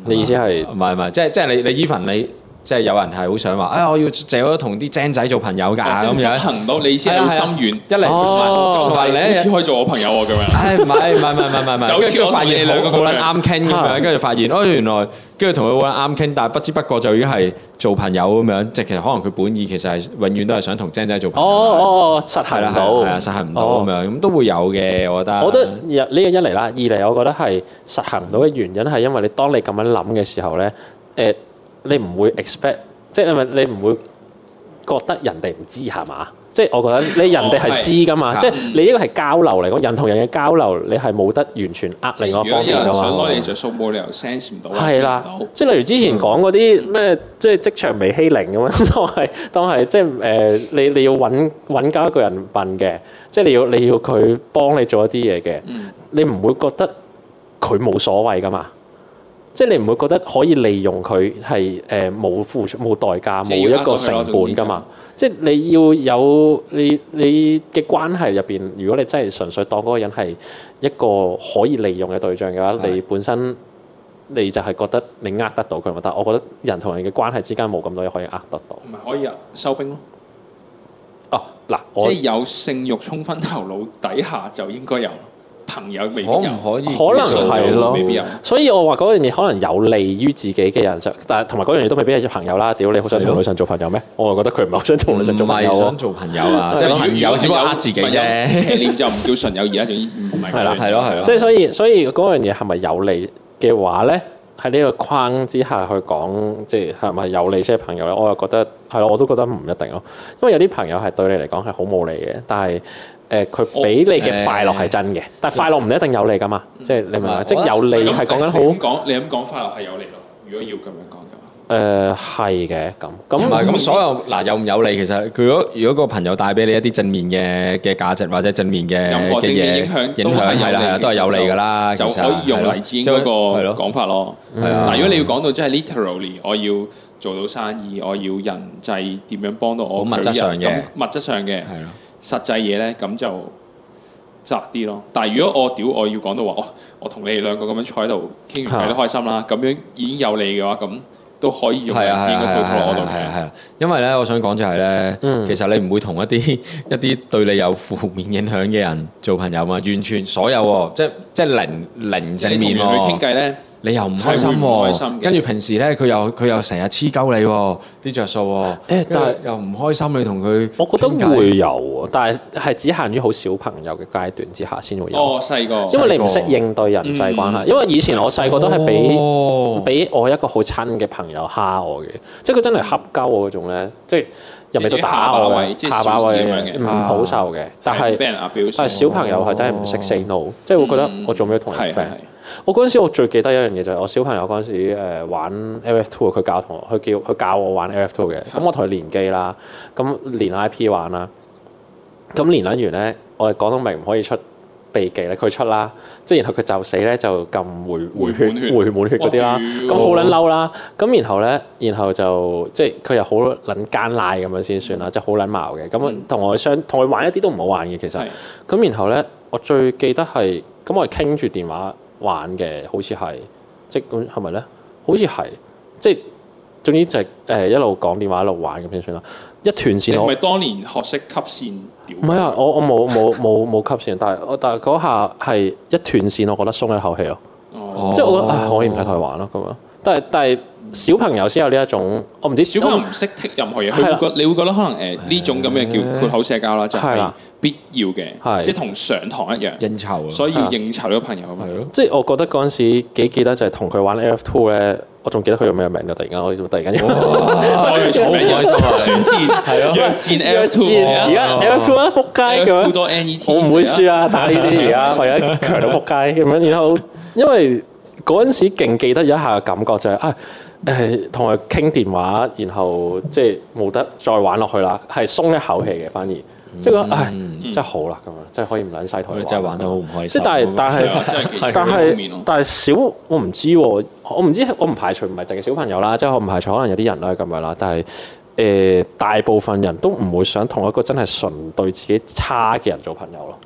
Speaker 1: 你意思係
Speaker 2: 唔係唔係，即係即係你你 even 你即係有人係好想話，啊我要借咗同啲精仔做朋友㗎咁
Speaker 3: 咁
Speaker 2: 樣，
Speaker 3: 行到你先好心軟，
Speaker 2: 一嚟
Speaker 1: 哦
Speaker 2: 同埋
Speaker 3: 你
Speaker 2: 你
Speaker 3: 先可以做我朋友喎咁樣。
Speaker 2: 唉，唔係唔係唔係唔係唔
Speaker 3: 就
Speaker 2: 係，
Speaker 3: 好似
Speaker 2: 跟住
Speaker 3: 我
Speaker 2: 發
Speaker 3: 同你
Speaker 2: 現
Speaker 3: 兩
Speaker 2: 好
Speaker 3: 個
Speaker 2: 好
Speaker 3: 咁
Speaker 2: 撚
Speaker 3: 樣
Speaker 2: 啱傾咁 樣，跟住發現哦原來，跟住同佢好撚啱傾，但係不知不覺就已經係做朋友咁樣，即係其實可能佢本意其實係永遠都係想同精仔做
Speaker 1: 哦
Speaker 2: 朋友啦，
Speaker 1: 哦哦，實
Speaker 2: 係
Speaker 1: 行唔
Speaker 2: 啦係啦
Speaker 1: 到，
Speaker 2: 係啊，實行唔到
Speaker 1: 哦
Speaker 2: 咁樣，咁都會有嘅，我覺得。
Speaker 1: 我覺得呢個一嚟啦，二嚟我覺得係實行唔到嘅原因係因為你當你咁樣諗嘅時候呃咧，誒、你唔會 expect，即係因為你唔會覺得人哋唔知係嘛？即係我覺得你人哋係知噶嘛，
Speaker 3: 哦係
Speaker 1: 即係你呢個係交流嚟講，人同人嘅交流，你係冇得完全呃另外一方
Speaker 3: 如果有
Speaker 1: 面
Speaker 3: 人
Speaker 1: 噶
Speaker 3: 想攞你
Speaker 1: 嘛。
Speaker 3: 着數，冇理由 sense 唔到啊，
Speaker 1: 係啦
Speaker 3: feel 唔，
Speaker 1: 即係例如之前講嗰啲咩，即係職場微欺凌咁樣， 當係當係即係誒，你你要揾揾交一個人笨嘅，即係你要你要佢幫你做一啲嘢嘅，
Speaker 3: 嗯
Speaker 1: 你唔會覺得佢冇所謂噶嘛？即係你唔會覺得可以利用佢係誒冇付出冇代價冇
Speaker 3: 即係要呃
Speaker 1: 一個成本噶嘛？即係你要有你你嘅關係入邊，如果你真係純粹當嗰個人係一個可以利用嘅對象嘅話，
Speaker 2: 係
Speaker 1: 你本身你就係覺得你呃得到佢咪得？我覺得人同人嘅關係之間冇咁多嘢可以呃得到。
Speaker 3: 到，唔係可以啊收兵咯。
Speaker 1: 哦，嗱，
Speaker 3: 即
Speaker 1: 我
Speaker 3: 係有性慾衝昏頭腦底下就應該有朋友未必
Speaker 2: 可
Speaker 3: 有，
Speaker 2: 唔可以？
Speaker 1: 可能係咯
Speaker 3: 未必有。
Speaker 1: 所以我話嗰樣嘢可能有利於自己嘅人就，但係同埋嗰樣嘢都未必係朋友啦。屌你好想
Speaker 2: 係
Speaker 1: 同
Speaker 2: 咯
Speaker 1: 女神做朋友咩？我就覺得佢唔係好想同
Speaker 2: 唔
Speaker 1: 女神做朋友
Speaker 2: 係
Speaker 1: 喎
Speaker 2: 想。做朋友啊，即
Speaker 3: 如
Speaker 2: 係
Speaker 3: 果
Speaker 2: 朋友只不過呃自己
Speaker 3: 朋友
Speaker 2: 啫。
Speaker 3: 邪念就唔叫純友誼啦，仲唔係
Speaker 1: 係啦
Speaker 2: 係咯係咯
Speaker 1: 即係所以所以嗰樣嘢係咪有利嘅話咧？喺呢個框之下去講，即係係咪有利先係朋友咧？我又覺得係咯，我都覺得唔一定咯。因為有啲朋友係對你嚟講係好冇利嘅，但係誒佢俾你嘅快樂係
Speaker 2: 哦
Speaker 1: 真嘅，但係快樂唔一定有利噶嘛。即係你明唔明？
Speaker 2: 嗯
Speaker 1: 即係有利係講緊好
Speaker 2: 哦
Speaker 3: 你咁講，你咁講快樂係有利咯。如果要咁樣講嘅話。
Speaker 1: 誒係嘅咁咁
Speaker 2: 唔係咁，所有嗱有唔有利，其實佢如果如果個朋友帶俾你一啲正面嘅嘅價值或者正面嘅
Speaker 3: 任何
Speaker 2: 嘅
Speaker 3: 正面影
Speaker 2: 嘢
Speaker 3: 響都
Speaker 2: 影響係啦係啦，
Speaker 3: 係
Speaker 2: 都係有利㗎啦，
Speaker 3: 就
Speaker 2: 啊其實
Speaker 3: 可以用黎智英嗰個
Speaker 2: 係咯。
Speaker 3: 講法咯。
Speaker 2: 係啊
Speaker 3: 但如果你要講到真係 literally，我要做到生意，我要人際點樣幫到我
Speaker 2: 好物質上嘅
Speaker 3: career，咁物質上嘅
Speaker 2: 係咯，
Speaker 3: 實際嘢咧，咁就窄啲咯。但係如果我屌我要講到話，我我同你哋兩個咁樣坐喺度傾完偈都開心啦，咁樣已經有利嘅話，咁都可以用黎
Speaker 2: 係啊係
Speaker 3: 智英
Speaker 2: 啊
Speaker 3: 嗰
Speaker 2: 係啊係
Speaker 3: 套套
Speaker 2: 啊
Speaker 3: 我度
Speaker 2: 係啊
Speaker 3: 嘅。嗯
Speaker 2: 係啊，因為咧，我想講就係咧，其實你唔會同一啲一啲對你有負面影響嘅人做朋友嘛，完全所有喎，即即零零正
Speaker 3: 你同
Speaker 2: 面
Speaker 3: 佢
Speaker 2: 喎
Speaker 3: 傾。偈咧，
Speaker 2: 你又唔開心
Speaker 3: 係會唔開心
Speaker 2: 喎，
Speaker 3: 嘅
Speaker 2: 跟住平時咧佢又佢又成日黐鳩你喎，啲着數喎，
Speaker 1: 誒但係
Speaker 2: 又唔開心你同佢，
Speaker 1: 我覺得會有喎，但係係只限於好小朋友嘅階段之下先會有。
Speaker 3: 哦嗯細個
Speaker 1: 因為你唔識應對人際關係，因為以前我細個都係俾
Speaker 2: 哦
Speaker 1: 俾我一個好親嘅朋友蝦我嘅，即係佢真係恰鳩我嗰種咧，即係入嚟都打我
Speaker 3: 即
Speaker 1: 嘅，
Speaker 3: 係啲下
Speaker 1: 下
Speaker 3: 巴
Speaker 1: 巴
Speaker 3: 位
Speaker 1: 位
Speaker 3: 即係小字咁樣嘅
Speaker 1: 唔好受嘅。但
Speaker 3: 俾
Speaker 1: 係
Speaker 3: 人 abuse
Speaker 1: 但係小朋友係真係唔識 say no，即係會覺得我做咩要同
Speaker 3: 係
Speaker 1: 人
Speaker 3: 嗯係
Speaker 1: friend？
Speaker 3: 係
Speaker 1: 我嗰陣時我最記得一樣嘢就係我小朋友嗰陣時誒玩 LF Two，佢教同我，佢叫佢教我玩 LF Two 嘅，咁我同佢連機啦，咁連 IP 玩啦，咁連撚完咧，我哋講到明唔可以出秘技咧，佢出啦，即係然後佢就死咧就撳回回
Speaker 3: 回滿血
Speaker 1: 血回滿血嗰啲啦，
Speaker 3: 哇屌
Speaker 1: 咁好撚嬲啦，咁然後咧，然後就即係佢又好撚奸賴咁樣先算
Speaker 3: 嗯
Speaker 1: 啦，即係好撚矛嘅，咁同我相同佢玩一啲都唔好玩嘅其實
Speaker 3: 係。
Speaker 1: 咁然後咧，我最記得係咁，我係傾住電話玩嘅，好似係即係咁係咪咧？好似係即係總之就係、誒一路講電話一路玩咁先算啦。一斷
Speaker 3: 你
Speaker 1: 線
Speaker 3: 係
Speaker 1: 我
Speaker 3: 咪當年學識吸線屌？
Speaker 1: 唔係啊，我我冇冇冇冇吸線，但係我但係嗰下係一斷線，我覺得鬆一口氣咯，
Speaker 3: 哦，
Speaker 1: 即係我覺得唉可以唔使同佢玩咯咁樣。但係但係小朋友先有呢一種，我唔知
Speaker 3: 小朋友唔識剔任何嘢，佢
Speaker 1: 係啦
Speaker 3: 會覺你會覺得可能誒呢種咁嘅叫闊口社交啦，就
Speaker 1: 係
Speaker 3: 係
Speaker 1: 啦
Speaker 3: 必要嘅，
Speaker 1: 係
Speaker 3: 即係同上堂一樣，
Speaker 2: 應酬啊，
Speaker 3: 所以要
Speaker 1: 係
Speaker 3: 應酬呢個朋友啊嘛
Speaker 2: 係。咯，
Speaker 1: 即係我覺得嗰陣時幾記得就係同佢玩 LF Two 咧，我仲記得佢叫咩名㗎？突然間我突然間。
Speaker 3: 我哋
Speaker 2: 好開心啊
Speaker 3: 宣戰係咯，約
Speaker 1: 啊
Speaker 3: 戰 L two，
Speaker 1: 而家 L two 啊，仆街
Speaker 3: L two
Speaker 1: 咁樣，
Speaker 3: 多 E NET，
Speaker 1: 我唔會輸啊！打呢啲而家，我而家強到仆街咁樣。然後因為嗰陣時勁記得有一下嘅感覺就係、啊誒同佢傾電話，然後即係冇得再玩落去啦，係鬆一口氣嘅反而，即係覺得唉真係好啦咁樣，真係可以唔撚使同
Speaker 2: 我哋
Speaker 1: 佢
Speaker 2: 真係玩得好唔開心。
Speaker 1: 即係但係但係
Speaker 3: 係啊真係其實
Speaker 1: 但
Speaker 3: 好負面
Speaker 1: 係
Speaker 3: 咯
Speaker 1: 但係小我唔知喎，我唔知我唔排除唔係淨係小朋友啦，即係我唔排除可能有啲人啦咁樣啦，但係誒、大部分人都唔會想同一個真係純對自己差嘅人做朋友咯。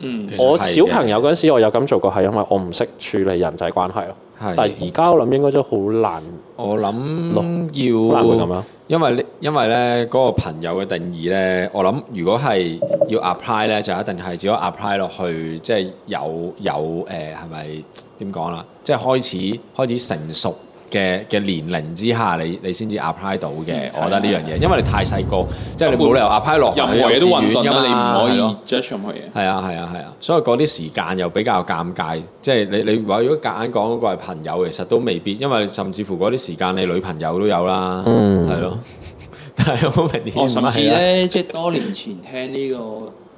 Speaker 3: 嗯，
Speaker 2: 其實係嘅
Speaker 1: 我小朋友嗰陣時，我有咁做過，係因為我唔識處理人際關係咯。
Speaker 2: 係
Speaker 1: 但係而家我諗應該都好難，
Speaker 2: 我
Speaker 1: 好難會咁
Speaker 2: 諗要
Speaker 1: 樣。
Speaker 2: 因為呢因為咧嗰個朋友嘅定義咧，我諗如果係要 apply 咧，就一定係只可以 apply 落去，即係有有誒係咪點講啦？即係開始開始成熟嘅嘅年齡之下，你你先至 apply 到
Speaker 3: 嗯
Speaker 2: 嘅。我覺得呢樣嘢，因為你太細個，即係你冇理由 apply 落去
Speaker 3: 啊任何嘢都
Speaker 2: 幼稚
Speaker 3: 混
Speaker 2: 園
Speaker 3: 沌
Speaker 2: 㗎嘛
Speaker 3: 啦，你
Speaker 2: 係
Speaker 3: 唔
Speaker 2: 咯
Speaker 3: 可以 judge 任何嘢。
Speaker 2: 係啊係啊係啊，所以嗰啲時間又比較尷尬，即係你你話如果夾硬講嗰個係朋
Speaker 1: 嗯
Speaker 2: 友，其實都未必，因為甚至乎嗰啲時間你女朋友都有啦，係咯、 但係有冇明顯
Speaker 3: 我
Speaker 2: 唔係
Speaker 3: 哦
Speaker 2: 啊
Speaker 3: 甚
Speaker 2: 啦
Speaker 3: 至咧，即係多年前聽呢個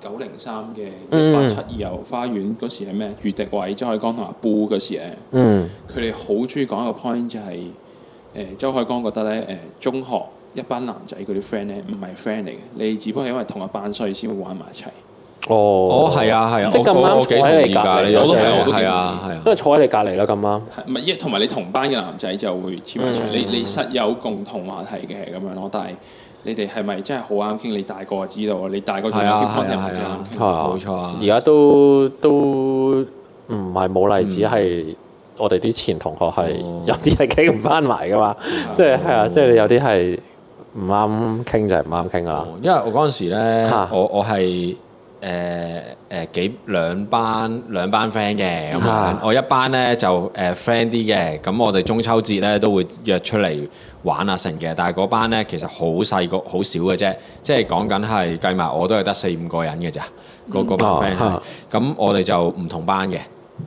Speaker 3: 九零三嘅一八
Speaker 1: 嗯
Speaker 3: 七二遊花園嗰時係咩？余迪偉、周海光同阿 Boo 嗰時咧，
Speaker 1: 嗯
Speaker 3: 佢哋好中意講一個 point 就係、誒、周海光覺得咧誒、中學一班男仔佢啲 friend 咧唔係 friend 嚟嘅，你只不過係因為同一班所以先會玩埋一齊。
Speaker 1: 哦，
Speaker 2: 哦，係啊，係啊，
Speaker 1: 即係
Speaker 2: 我
Speaker 1: 咁
Speaker 2: 我我
Speaker 1: 啱
Speaker 2: 幾
Speaker 1: 坐
Speaker 2: 同
Speaker 1: 喺
Speaker 2: 意
Speaker 1: 你隔
Speaker 2: 㗎，
Speaker 1: 離
Speaker 2: 你
Speaker 1: 嗰
Speaker 3: 我都
Speaker 1: 隻
Speaker 3: 係
Speaker 2: 係
Speaker 3: 我都
Speaker 2: 係
Speaker 3: 同
Speaker 2: 啊，
Speaker 3: 意
Speaker 2: 係啊
Speaker 1: 因。為坐喺你隔離啦咁啱。
Speaker 3: 係唔係一同埋你同班嘅男仔就會黐埋一齊，
Speaker 2: 嗯
Speaker 3: 你你室友共同話題嘅咁樣咯。但係你哋係咪真係好啱傾？你大個就知道啊，你大個仲
Speaker 2: 係
Speaker 3: 有
Speaker 2: 啊
Speaker 3: keep
Speaker 2: 係啊
Speaker 3: contact 咪
Speaker 2: 係
Speaker 3: 真係
Speaker 2: 啊
Speaker 3: 啱，傾
Speaker 1: 係啊
Speaker 2: 冇錯啊！
Speaker 1: 而家都都唔係冇例子，係我哋啲前同學係
Speaker 2: 哦
Speaker 1: 有啲係傾唔翻埋噶嘛，即係係啊，即係你有啲係唔啱傾就係唔啱傾噶啦。
Speaker 2: 因為我嗰陣時咧
Speaker 1: 啊嚇，
Speaker 2: 我我係誒誒幾兩班兩班 friend 嘅咁樣
Speaker 1: 嚇，
Speaker 2: 我一班咧就誒 friend 啲嘅，咁我哋中秋節咧都會約出嚟玩啊成嘅，但係嗰班咧其實好細個好少嘅啫，即係講緊係計埋我都係得四五個人嘅咋，嗰嗰班
Speaker 1: 哦
Speaker 2: friend 係
Speaker 1: 嚇
Speaker 2: 咁我哋就唔同班嘅，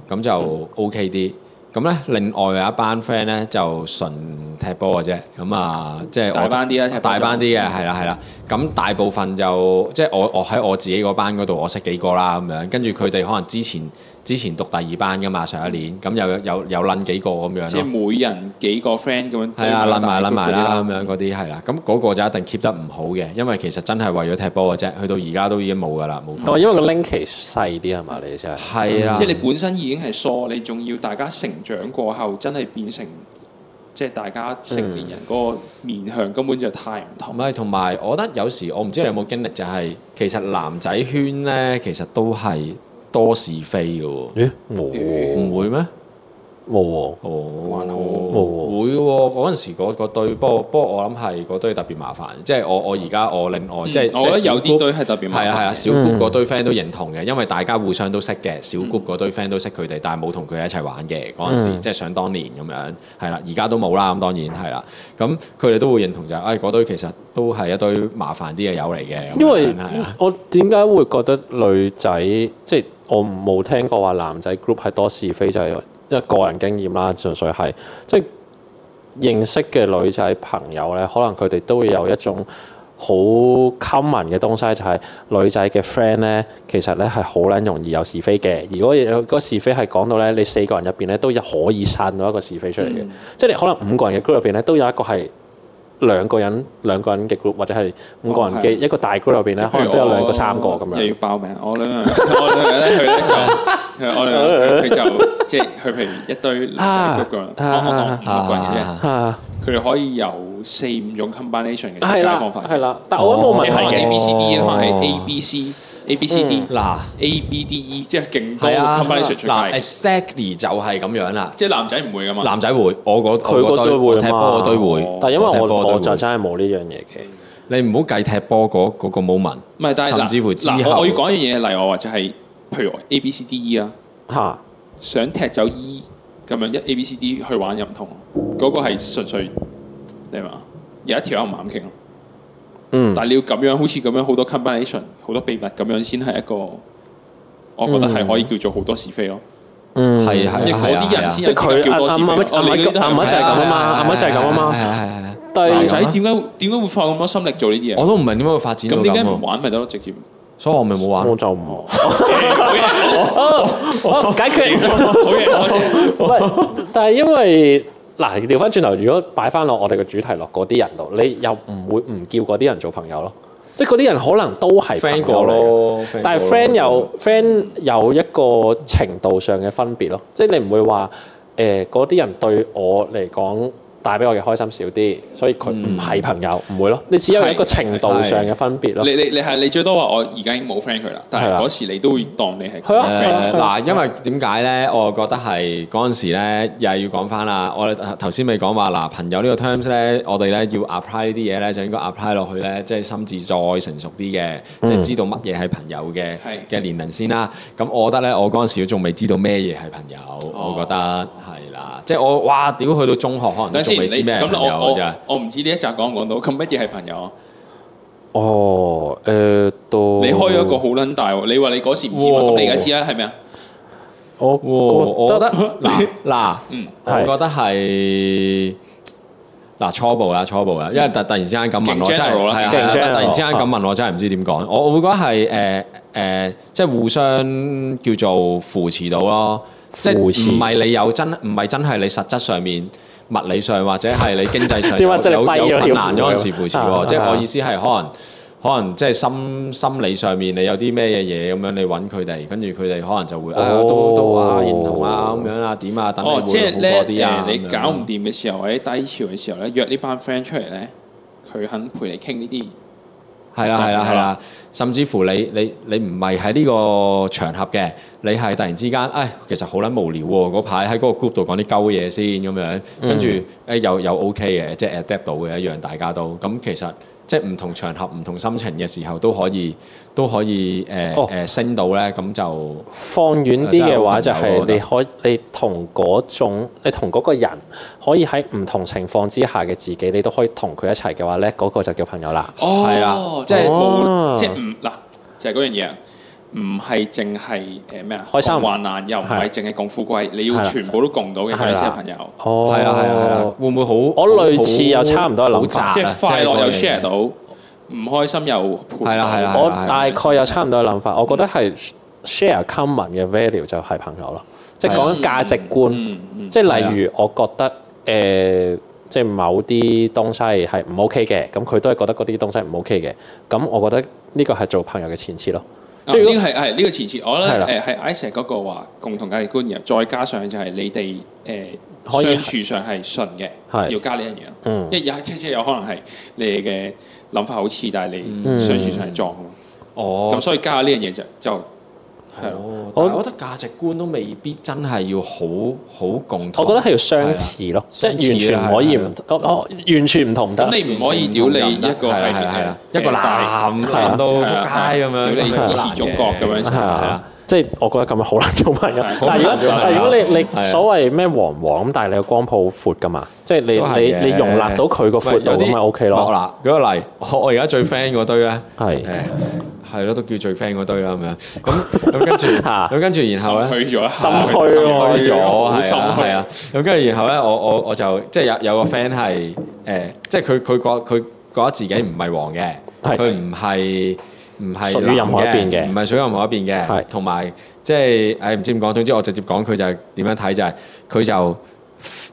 Speaker 2: 咁就 OK 啲。咁咧，另外有一班 friend 咧就純踢波嘅啫，咁啊，即係我
Speaker 3: 大班啲啦踢波就
Speaker 2: 大班啲嘅啊係啦係啦。咁大部分就即係我我喺我自己嗰班嗰度，我識幾個啦咁樣。跟住佢哋可能之前之前讀第二班噶嘛，上一年咁有有有撚幾個咁樣
Speaker 3: 即係
Speaker 2: 咯。
Speaker 3: 每人幾個 friend 咁樣。
Speaker 2: 係啊，撚埋撚埋啦，咁樣嗰啲係啦，咁嗰個就一定 keep 得唔好嘅，因為其實真係為咗踢波嘅啫，去到而家都嗯已經冇噶啦，冇。
Speaker 1: 哦，因為個 link 期細啲係嘛？你意思係？
Speaker 2: 係啊啦，
Speaker 3: 即係你本身已經係疏，你仲要大家成長過後，真係變成即係大家成年人嗰個面向根本就太唔
Speaker 2: 唔
Speaker 3: 同。
Speaker 2: 係，同埋我覺得有時我唔知你有冇經歷，就係、其實男仔圈呢，其實都係多是非嘅喎，
Speaker 1: 咦冇喎
Speaker 2: 唔會咩？
Speaker 1: 冇喎，
Speaker 2: 哦，
Speaker 3: 還好
Speaker 2: 冇會喎。嗰陣時嗰嗰堆，不過不過我諗係嗰堆特別麻煩，即係我我而家我另外即係
Speaker 3: 嗯我覺得有啲堆係特別麻
Speaker 2: 係啊係啊，
Speaker 3: 煩。嗯
Speaker 2: 小 group 嗰堆 friend 都認同嘅，因為大家互相都識嘅，小 group 嗰堆 friend 都識佢哋，但係冇同佢哋一齊玩嘅嗰
Speaker 3: 嗯
Speaker 2: 陣時，即係想當年咁樣，係啦，而家都冇啦，咁當然係啦，咁佢哋都會認同就係，唉嗰堆其實都係一堆麻煩啲嘅友嚟嘅，咁樣
Speaker 1: 因為
Speaker 2: 係啊，
Speaker 1: 我點解會覺得女仔即係我冇聽過話男仔 group 係多是非，就係、因為個人經驗啦，純粹係即係認識嘅女仔朋友咧，可能佢哋都會有一種好 common 嘅東西，就係、女仔嘅 friend 咧，其實咧係好撚容易有是非嘅。如果有嗰是非係講到咧，你四個人入邊咧都有可以散到一個是非出嚟嘅，即係你可能五個人嘅 group 入邊咧都有一個係。兩個人兩個人嘅 group 或者係五個人嘅
Speaker 3: 哦係
Speaker 1: 一個大 group 入邊咧，可能都有兩個三個咁
Speaker 3: 又
Speaker 1: 樣。
Speaker 3: 要爆名。我兩樣，我兩樣咧，佢咧就我兩樣佢就即係佢譬如一堆
Speaker 2: 啊
Speaker 3: 男仔 group 咁樣，我我當五個人嘅啫，
Speaker 1: 啊，
Speaker 3: 佢哋可以有四五種 combination 嘅
Speaker 1: 係啦，
Speaker 3: 方法。
Speaker 1: 係啦，但我覺得冇問
Speaker 3: 哦即係可能
Speaker 1: 題
Speaker 3: A
Speaker 1: 嘅。
Speaker 2: 哦
Speaker 3: B C D，可能係 A B C A B C D
Speaker 2: 嗱
Speaker 3: A B D E，即係勁多
Speaker 2: 嗯啊係啊，
Speaker 3: combination 出
Speaker 2: 嗱
Speaker 3: 街。
Speaker 2: exactly 就係咁樣啦，
Speaker 3: 即係男仔唔會噶嘛。
Speaker 2: 男仔會，我嗰
Speaker 1: 佢嗰堆
Speaker 2: 我
Speaker 1: 會
Speaker 2: 踢
Speaker 1: 啊
Speaker 2: 波嗰
Speaker 1: 嘛，
Speaker 2: 堆會，
Speaker 1: 但因為
Speaker 2: 踢
Speaker 1: 我
Speaker 2: 波嗰堆
Speaker 1: 我
Speaker 2: 會
Speaker 1: 就真係冇呢樣嘢嘅。
Speaker 2: 你唔好計踢波嗰嗰個 moment，
Speaker 3: 唔係，但係
Speaker 2: 甚至乎之
Speaker 3: 嗱
Speaker 2: 後
Speaker 3: 我我要講一樣嘢例外，或者係譬如 A B C D E 啦，
Speaker 1: 嚇，
Speaker 3: 想踢走 E 咁樣一 A B C D 去玩又唔同，嗰個係純粹你明嘛？有一條友唔啱傾咯，
Speaker 1: 嗯，
Speaker 3: 但係你要咁樣，好似咁樣好多 combination，好多秘密咁樣先係一個，我覺得係可以叫做好多是非咯。
Speaker 1: 嗯，
Speaker 2: 係係
Speaker 3: 亦嗰啲人先
Speaker 1: 即係
Speaker 3: 有資格
Speaker 1: 佢
Speaker 3: 叫多
Speaker 1: 阿
Speaker 3: 是
Speaker 1: 阿
Speaker 3: 非
Speaker 1: 乜
Speaker 3: 哦
Speaker 1: 阿
Speaker 3: 你嗰啲
Speaker 1: 乜
Speaker 3: 都係
Speaker 1: 阿乜就係咁啊嘛，阿乜就係咁啊嘛。
Speaker 2: 嘛。
Speaker 1: 但
Speaker 3: 男
Speaker 1: 係
Speaker 3: 仔點解點解會發咁多心力做呢啲嘢？
Speaker 2: 我都唔明點解會發
Speaker 1: 啊
Speaker 2: 展到
Speaker 3: 咁
Speaker 2: 咁
Speaker 3: 點解唔
Speaker 2: 喎，
Speaker 3: 玩咪得咯？直 接
Speaker 2: 所以我咪冇玩。
Speaker 1: 我就唔我解決。
Speaker 3: 好嘢，我先
Speaker 1: 喂，但係因為嗱，調翻轉頭，如果擺翻落我哋嘅主題落嗰啲人度，你又唔會唔叫嗰啲人做朋友咯？即係嗰啲人可能都係朋
Speaker 2: friend
Speaker 1: 友
Speaker 2: 過
Speaker 1: 嚟嘅。
Speaker 2: 咯，
Speaker 1: 但係 friend 有 friend 有一個程度上嘅分別咯，即係你唔會話誒嗰啲人對我嚟講帶俾我嘅開心少啲，所以佢唔係朋友，唔會咯。你只有一個程度上嘅分別咯。
Speaker 3: 你你你係你最多話我而家已經冇 friend 佢啦，但
Speaker 1: 係
Speaker 3: 係
Speaker 1: 啦
Speaker 3: 嗰時你都會當你係
Speaker 1: 係啊係啊
Speaker 2: 誒嗱，因為點解咧？我覺得係嗰陣時咧，又係要講翻啦。我哋頭先咪講話嗱，朋友呢個 terms 咧，我哋咧要 apply 呢啲嘢咧，就應該 apply 落去咧，即係心智再成熟啲嘅，即係知道乜嘢係朋友嘅
Speaker 3: 嗯係
Speaker 2: 嘅年齡先啦。咁我覺得咧，我嗰陣時都仲未知道咩嘢係朋友，
Speaker 3: 哦
Speaker 2: 我覺得係啦。即係我哇，屌去到中學可能都
Speaker 3: 等
Speaker 2: 仲
Speaker 3: 先，
Speaker 2: 未
Speaker 3: 你
Speaker 2: 知咩係
Speaker 3: 咁
Speaker 2: 朋
Speaker 3: 我
Speaker 2: 友啊真係
Speaker 3: 我。我唔知呢一集講唔講到，咁乜嘢係朋友啊？
Speaker 1: 哦，誒都
Speaker 3: 你開咗一個好撚大喎！你話你嗰時唔知嘛，
Speaker 2: 哇
Speaker 3: 咁你而家知啦，係咪啊？
Speaker 1: 我
Speaker 2: 我
Speaker 1: 覺嗯得
Speaker 2: 覺得嗱嗱，我
Speaker 1: 係
Speaker 2: 覺得係嗱初步啊，初步啊，因為突突然之間咁問我，
Speaker 3: 勁
Speaker 2: 真係
Speaker 3: general 啦
Speaker 2: 係
Speaker 1: 勁
Speaker 2: 啊係
Speaker 1: 嗯
Speaker 2: 啊
Speaker 1: general
Speaker 2: 突然之間咁問我，真係唔知點講。我我會覺得係誒誒，即係互相叫做扶持到咯，即係
Speaker 1: 扶持
Speaker 2: 唔係你有真唔係真係你實質上面。物理上或者係你經濟 上
Speaker 1: 點
Speaker 2: 有
Speaker 1: 解真係
Speaker 2: 有
Speaker 1: 跛咗
Speaker 2: 有困
Speaker 1: 條
Speaker 2: 難
Speaker 1: 褲
Speaker 2: 嗰
Speaker 1: 啊
Speaker 2: 陣時扶持
Speaker 1: 啊
Speaker 2: 喎，即係我
Speaker 1: 啊
Speaker 2: 意思係可能可能即係心心理上面你有啲咩嘢嘢咁樣，你揾佢哋，跟住佢哋可能就會啊
Speaker 1: 哦
Speaker 2: 都都啊認同啊咁樣啊點啊等你
Speaker 3: 哦，即
Speaker 2: 會
Speaker 3: 係
Speaker 2: 好
Speaker 3: 咧
Speaker 2: 過啲啊
Speaker 3: 誒，你
Speaker 2: 咁樣
Speaker 3: 搞唔掂嘅時候或者低潮嘅時候咧，約呢班 friend 出嚟咧，佢肯陪你傾呢啲。
Speaker 2: 係啦
Speaker 3: 就
Speaker 2: 係啦
Speaker 3: 係
Speaker 2: 係啦
Speaker 3: 啦，
Speaker 2: 甚至乎你你你唔係喺呢個場合嘅，你係突然之間，唉，其實好撚無聊喎，嗰排喺嗰個 group 度講啲鳩嘢先咁樣，跟住誒又又 OK 嘅，即係 adapt 到嘅一樣，大家都咁其實。即係唔同場合、唔同心情嘅時候都可以都可以誒誒、
Speaker 1: 哦
Speaker 2: 升到咧，咁就
Speaker 1: 放遠啲嘅話，就
Speaker 2: 真係好朋
Speaker 1: 係
Speaker 2: 友我覺得
Speaker 1: 你可你同嗰種，你同嗰個人可以喺唔同情況之下嘅自己，你都可以同佢一齊嘅話咧，嗰、個就叫朋友啦。
Speaker 3: 哦，
Speaker 2: 係啊
Speaker 3: 即係
Speaker 1: 哦
Speaker 3: 冇，即係唔嗱，就係嗰樣嘢啊，唔係淨係誒咩啊，
Speaker 1: 開心
Speaker 3: 共患難又唔係淨係共富貴，你
Speaker 1: 係
Speaker 3: 要
Speaker 1: 啦
Speaker 3: 全部都共到嘅，
Speaker 1: 係啦
Speaker 3: 嗰啲先係朋友。
Speaker 1: 哦
Speaker 2: 係啊啦係啦係啦，會唔會好？
Speaker 1: 我類似有差唔多嘅諗法
Speaker 2: 好
Speaker 3: 即
Speaker 2: 窄啊
Speaker 3: 係
Speaker 2: 嗰
Speaker 3: 快樂又
Speaker 2: 樣嘢
Speaker 3: share 到，唔開心又陪
Speaker 2: 係啦係啦
Speaker 3: 到
Speaker 1: 我
Speaker 2: 係
Speaker 1: 大概有差唔多嘅諗法，我覺得係 share common 嘅 value 就係朋友咯，即係講緊價值觀，
Speaker 3: 嗯嗯
Speaker 1: 即係例如我覺得誒、即係某啲東西係唔 OK 嘅，咁佢都係覺得嗰啲東西唔 OK 嘅，咁我覺得呢個係做朋友嘅前設咯。
Speaker 3: 啊
Speaker 1: 即係如
Speaker 3: 呢
Speaker 1: 果
Speaker 3: 個係係呢個前設，我覺
Speaker 1: 係啦
Speaker 3: 得誒係 Isaac 嗰個話共同價值觀，然後再加上就係你哋
Speaker 1: 可
Speaker 3: 誒
Speaker 1: 以
Speaker 3: 相處上係順嘅，
Speaker 1: 係
Speaker 3: 要加呢樣嘢咯。
Speaker 1: 嗯
Speaker 3: 因為有即即有可能係你哋嘅諗法好似，但係你相處上係撞嘅嘛
Speaker 2: 哦
Speaker 3: 咁、，所以加呢樣嘢就就係咯。
Speaker 1: 我
Speaker 2: 哦，但係我覺得價值觀都未必真係要好好共同。
Speaker 1: 我覺得係要相似
Speaker 3: 啊
Speaker 1: 咯，即
Speaker 2: 係啦
Speaker 1: 係完全唔可以唔
Speaker 2: 相
Speaker 1: 我我完全唔同得
Speaker 3: 咁。你唔可以屌你一個
Speaker 2: 係
Speaker 3: 係
Speaker 2: 係係啦
Speaker 3: 誒
Speaker 2: 一個
Speaker 3: 大
Speaker 2: 男
Speaker 3: 係啦
Speaker 2: 男到
Speaker 3: 係
Speaker 2: 仆
Speaker 3: 啦
Speaker 2: 街咁樣
Speaker 3: 屌你支持中國咁樣
Speaker 1: 係
Speaker 3: 先
Speaker 1: 啊，即係我覺得咁樣好難做朋友
Speaker 3: 係。
Speaker 1: 但係如果
Speaker 3: 好難做
Speaker 1: 但
Speaker 3: 朋
Speaker 1: 係
Speaker 3: 友
Speaker 1: 如果你你
Speaker 2: 係啊
Speaker 1: 所謂咩黃黃咁，但係你個光譜好闊噶嘛，即係
Speaker 2: 都係
Speaker 1: 你
Speaker 2: 嘅
Speaker 1: 你你容納到佢個
Speaker 2: 喂
Speaker 1: 闊度
Speaker 2: 有啲
Speaker 1: 咁咪 OK 咯。
Speaker 2: 嗱，舉個例，我我而家最 friend 嗰堆咧，
Speaker 1: 係
Speaker 2: 誒係咯，都叫最 friend 嗰堆啦咁樣。咁咁跟住，
Speaker 1: 嚇
Speaker 2: 咁跟住然後咧。
Speaker 3: 心虛咗，
Speaker 1: 心
Speaker 2: 心
Speaker 1: 虛喎
Speaker 2: 虛咗，
Speaker 3: 好
Speaker 2: 係
Speaker 3: 心
Speaker 2: 啊，係
Speaker 3: 虛
Speaker 2: 啊。咁跟住然後咧，我我我就即係有有個 friend 係誒，即係佢佢覺佢覺得自己唔係黃嘅，
Speaker 1: 係
Speaker 2: 佢唔係唔係
Speaker 1: 屬於任何一邊嘅
Speaker 2: 藍唔係屬於任何一邊
Speaker 1: 係
Speaker 2: 嘅，同埋即係誒唔知點講，總之我直接講佢就係點樣睇就係佢就。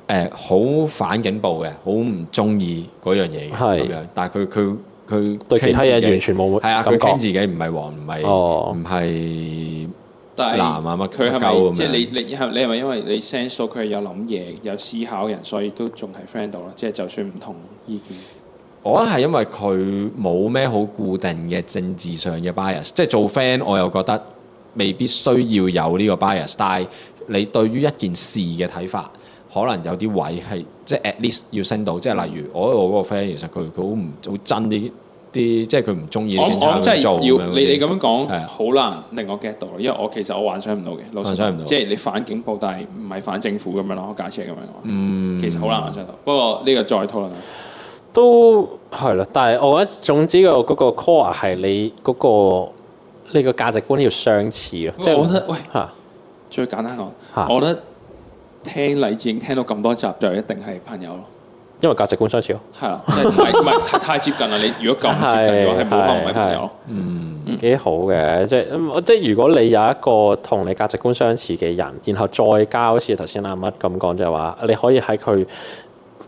Speaker 2: 誒好、反警暴嘅，好唔中意嗰樣嘢嘅
Speaker 1: 係
Speaker 2: 咁樣，但係佢佢佢
Speaker 1: 對其他
Speaker 2: 傾
Speaker 1: 嘢
Speaker 2: 自己
Speaker 1: 完全冇
Speaker 2: 係啊，
Speaker 1: 感
Speaker 2: 佢
Speaker 1: 覺
Speaker 2: 傾自己唔係黃，唔係
Speaker 1: 哦
Speaker 2: 唔係
Speaker 3: 但係
Speaker 2: 男啊乜
Speaker 3: 佢
Speaker 2: 乜鳩
Speaker 3: 係
Speaker 2: 咁
Speaker 3: 咪
Speaker 2: 樣
Speaker 3: 即係你你係你係咪因為你 sense 到佢有諗嘢有思考嘅人，所以都仲係 friend 到啦？即係就算唔同意見，
Speaker 2: 我覺得係因為佢冇咩好固定嘅政治上嘅 bias，即係做 friend 我又覺得未必需要有呢個 bias，但係你對於一件事嘅睇法，可能有啲位係即係 at least 要升到，即係例如我我嗰個 friend 其實佢佢好唔好憎啲啲，即係佢唔中意
Speaker 3: 我
Speaker 2: 啲警察
Speaker 3: 我真
Speaker 2: 咁
Speaker 3: 係
Speaker 2: 做
Speaker 3: 要
Speaker 2: 樣
Speaker 3: 你你咁樣
Speaker 2: 係啊
Speaker 3: 講，好難令我 get 到，因為我其實我幻想唔到嘅，老實
Speaker 2: 幻想唔到
Speaker 3: 講即係你反警報，但係唔係反政府咁樣咯，假設係咁樣嘅話，其實好難幻想到。不過呢個再討論啦。
Speaker 1: 都係啦，但係我覺得總之個嗰個 core 係你嗰個你個價值觀要相似咯，即係
Speaker 3: 我覺得喂
Speaker 1: 嚇
Speaker 3: 最簡單講
Speaker 1: 嚇，
Speaker 3: 我覺得聽黎智英聽到咁多集就一定係朋友咯。
Speaker 1: 因為價值觀相似咯，
Speaker 3: 係啦，即係唔係唔係太太接近啦？你如果咁接近嘅話，係冇可能唔係朋友咯。嗯
Speaker 1: 幾好嘅。即係嗯即係如果你有一個同你價值觀相似嘅人，然後再加好似頭先阿乜咁講就係話，你可以喺佢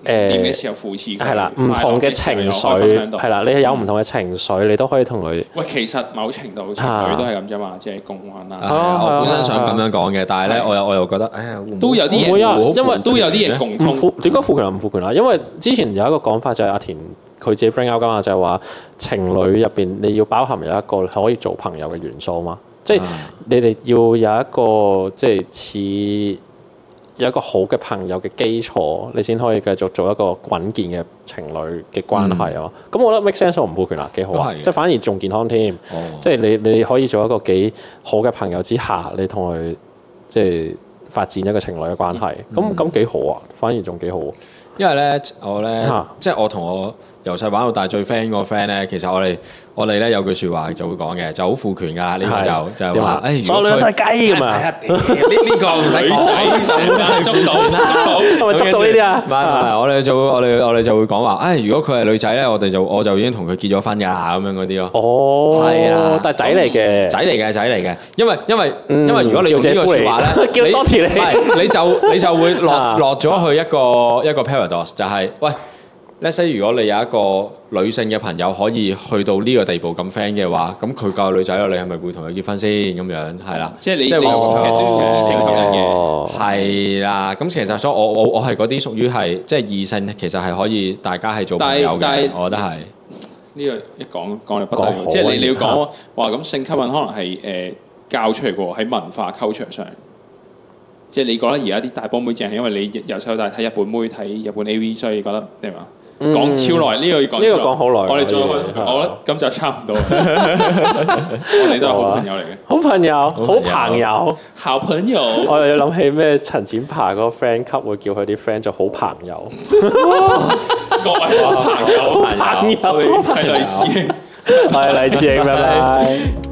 Speaker 3: 點嘅
Speaker 1: 誒
Speaker 3: 時候扶持佢
Speaker 1: 係啦，
Speaker 3: 快
Speaker 1: 唔
Speaker 3: 樂
Speaker 1: 同嘅
Speaker 3: 時候
Speaker 1: 情
Speaker 3: 又可以分享
Speaker 1: 緒
Speaker 3: 到嗯
Speaker 1: 係。啦，你有唔同嘅情緒，你都可以同佢。
Speaker 3: 喂，其實某程度情
Speaker 1: 啊
Speaker 3: 侶都係咁啫嘛，即係共患
Speaker 2: 係
Speaker 3: 難，
Speaker 2: 啊
Speaker 1: 哦
Speaker 2: 我本身想咁樣講嘅，但係咧
Speaker 3: 係
Speaker 2: 我又我又覺得，哎呀，會唔會
Speaker 3: 都有啲
Speaker 1: 唔會
Speaker 3: 嘢
Speaker 1: 啊
Speaker 3: 好負
Speaker 1: 因為
Speaker 3: 都有啲嘢共
Speaker 1: 唔
Speaker 3: 通。
Speaker 1: 賦點解賦權啊？唔賦權啊？因為之前有一個講法就係阿田佢自己 bring out 噶嘛，就係話情侶入邊你要包含有一個可以做朋友嘅元素嘛，即係
Speaker 2: 啊
Speaker 1: 你哋要有一個即係似有一個好嘅朋友嘅基礎，你先可以繼續做一個穩健嘅情侶嘅關係啊嘛。咁、我覺得 make sense 我唔賦權啊，幾好啊
Speaker 2: 嗯都係，嘅
Speaker 1: 即係反而仲健康添。
Speaker 2: 哦
Speaker 1: 即係你你可以做一個幾好嘅朋友之下，你同佢即係發展一個情侶嘅關係，咁咁幾好啊，反而仲幾好。
Speaker 2: 因為咧，我咧
Speaker 1: 啊
Speaker 2: 即係我同我由細玩到大最 friend 嗰個 friend 咧，其實我哋我哋咧有句説話就會講嘅，就好父權㗎呢個就就係話，哎誒，
Speaker 1: 啊所有女 人都係雞咁
Speaker 2: 係
Speaker 1: 啊！
Speaker 2: 啊屌呢呢個唔使講
Speaker 3: 女仔手眼捉到捉 到，
Speaker 1: 係咪捉到呢啲啊？
Speaker 2: 唔係唔係，我哋就會我哋我哋就會講話，誒，如果佢係女仔咧，我哋就我就已經同佢結咗婚㗎啦，咁樣嗰啲咯。
Speaker 1: 哦，
Speaker 2: 係啦
Speaker 1: 但係仔嚟嘅，
Speaker 2: 仔嚟嘅，仔嚟嘅，因為因為
Speaker 1: 嗯
Speaker 2: 因為如果你用呢個説話咧，
Speaker 1: Ừ, 叫姐夫嚟叫多謝你
Speaker 2: 唔係 你就你就會落
Speaker 1: 啊
Speaker 2: 落咗去一個一個 paradox，就係喂，let's say 如果你有一個女性嘅朋友可以去到呢個地步咁 friend 嘅話，咁佢教女仔啦，你係咪會同佢結婚先咁樣？係啦，
Speaker 3: 即係你
Speaker 2: 即係
Speaker 3: 你
Speaker 2: 話
Speaker 3: 有時
Speaker 2: 我
Speaker 3: 嘅都都成級人嘅。
Speaker 1: 哦
Speaker 2: 係啦，咁其實所以我我我係嗰啲屬於係即係異性，其實係可以大家係做朋友
Speaker 3: 但係
Speaker 2: 嘅，
Speaker 3: 但係
Speaker 2: 我覺得係
Speaker 3: 呢個一講講嚟不
Speaker 1: 講
Speaker 3: 得
Speaker 1: 好
Speaker 3: 了，即係
Speaker 1: 啊
Speaker 3: 你你要
Speaker 1: 而家
Speaker 3: 講話咁性吸引可能係誒、呃教出嚟嘅喎，喺文化 culture 上，即係你覺得而家啲大波妹正係因為你由細到大睇日本妹睇日本 AV，所以你覺得點啊？
Speaker 1: 嗯
Speaker 3: 講超耐呢個要講
Speaker 1: 呢個
Speaker 3: 超
Speaker 1: 講好耐
Speaker 3: 我哋再
Speaker 1: 呢個係
Speaker 3: 我覺得咁就差唔多，我哋都係好朋友嚟嘅，
Speaker 1: 好朋友，好
Speaker 2: 好朋
Speaker 1: 朋友，
Speaker 3: 好朋友
Speaker 1: 我又要諗起咩陳展鵬嗰個 friend 級會叫佢啲 friend 做好朋友，
Speaker 3: 各位好朋友，啊
Speaker 1: 好朋友，
Speaker 3: 我哋係嚟自。
Speaker 1: 我係黎志英，拜拜。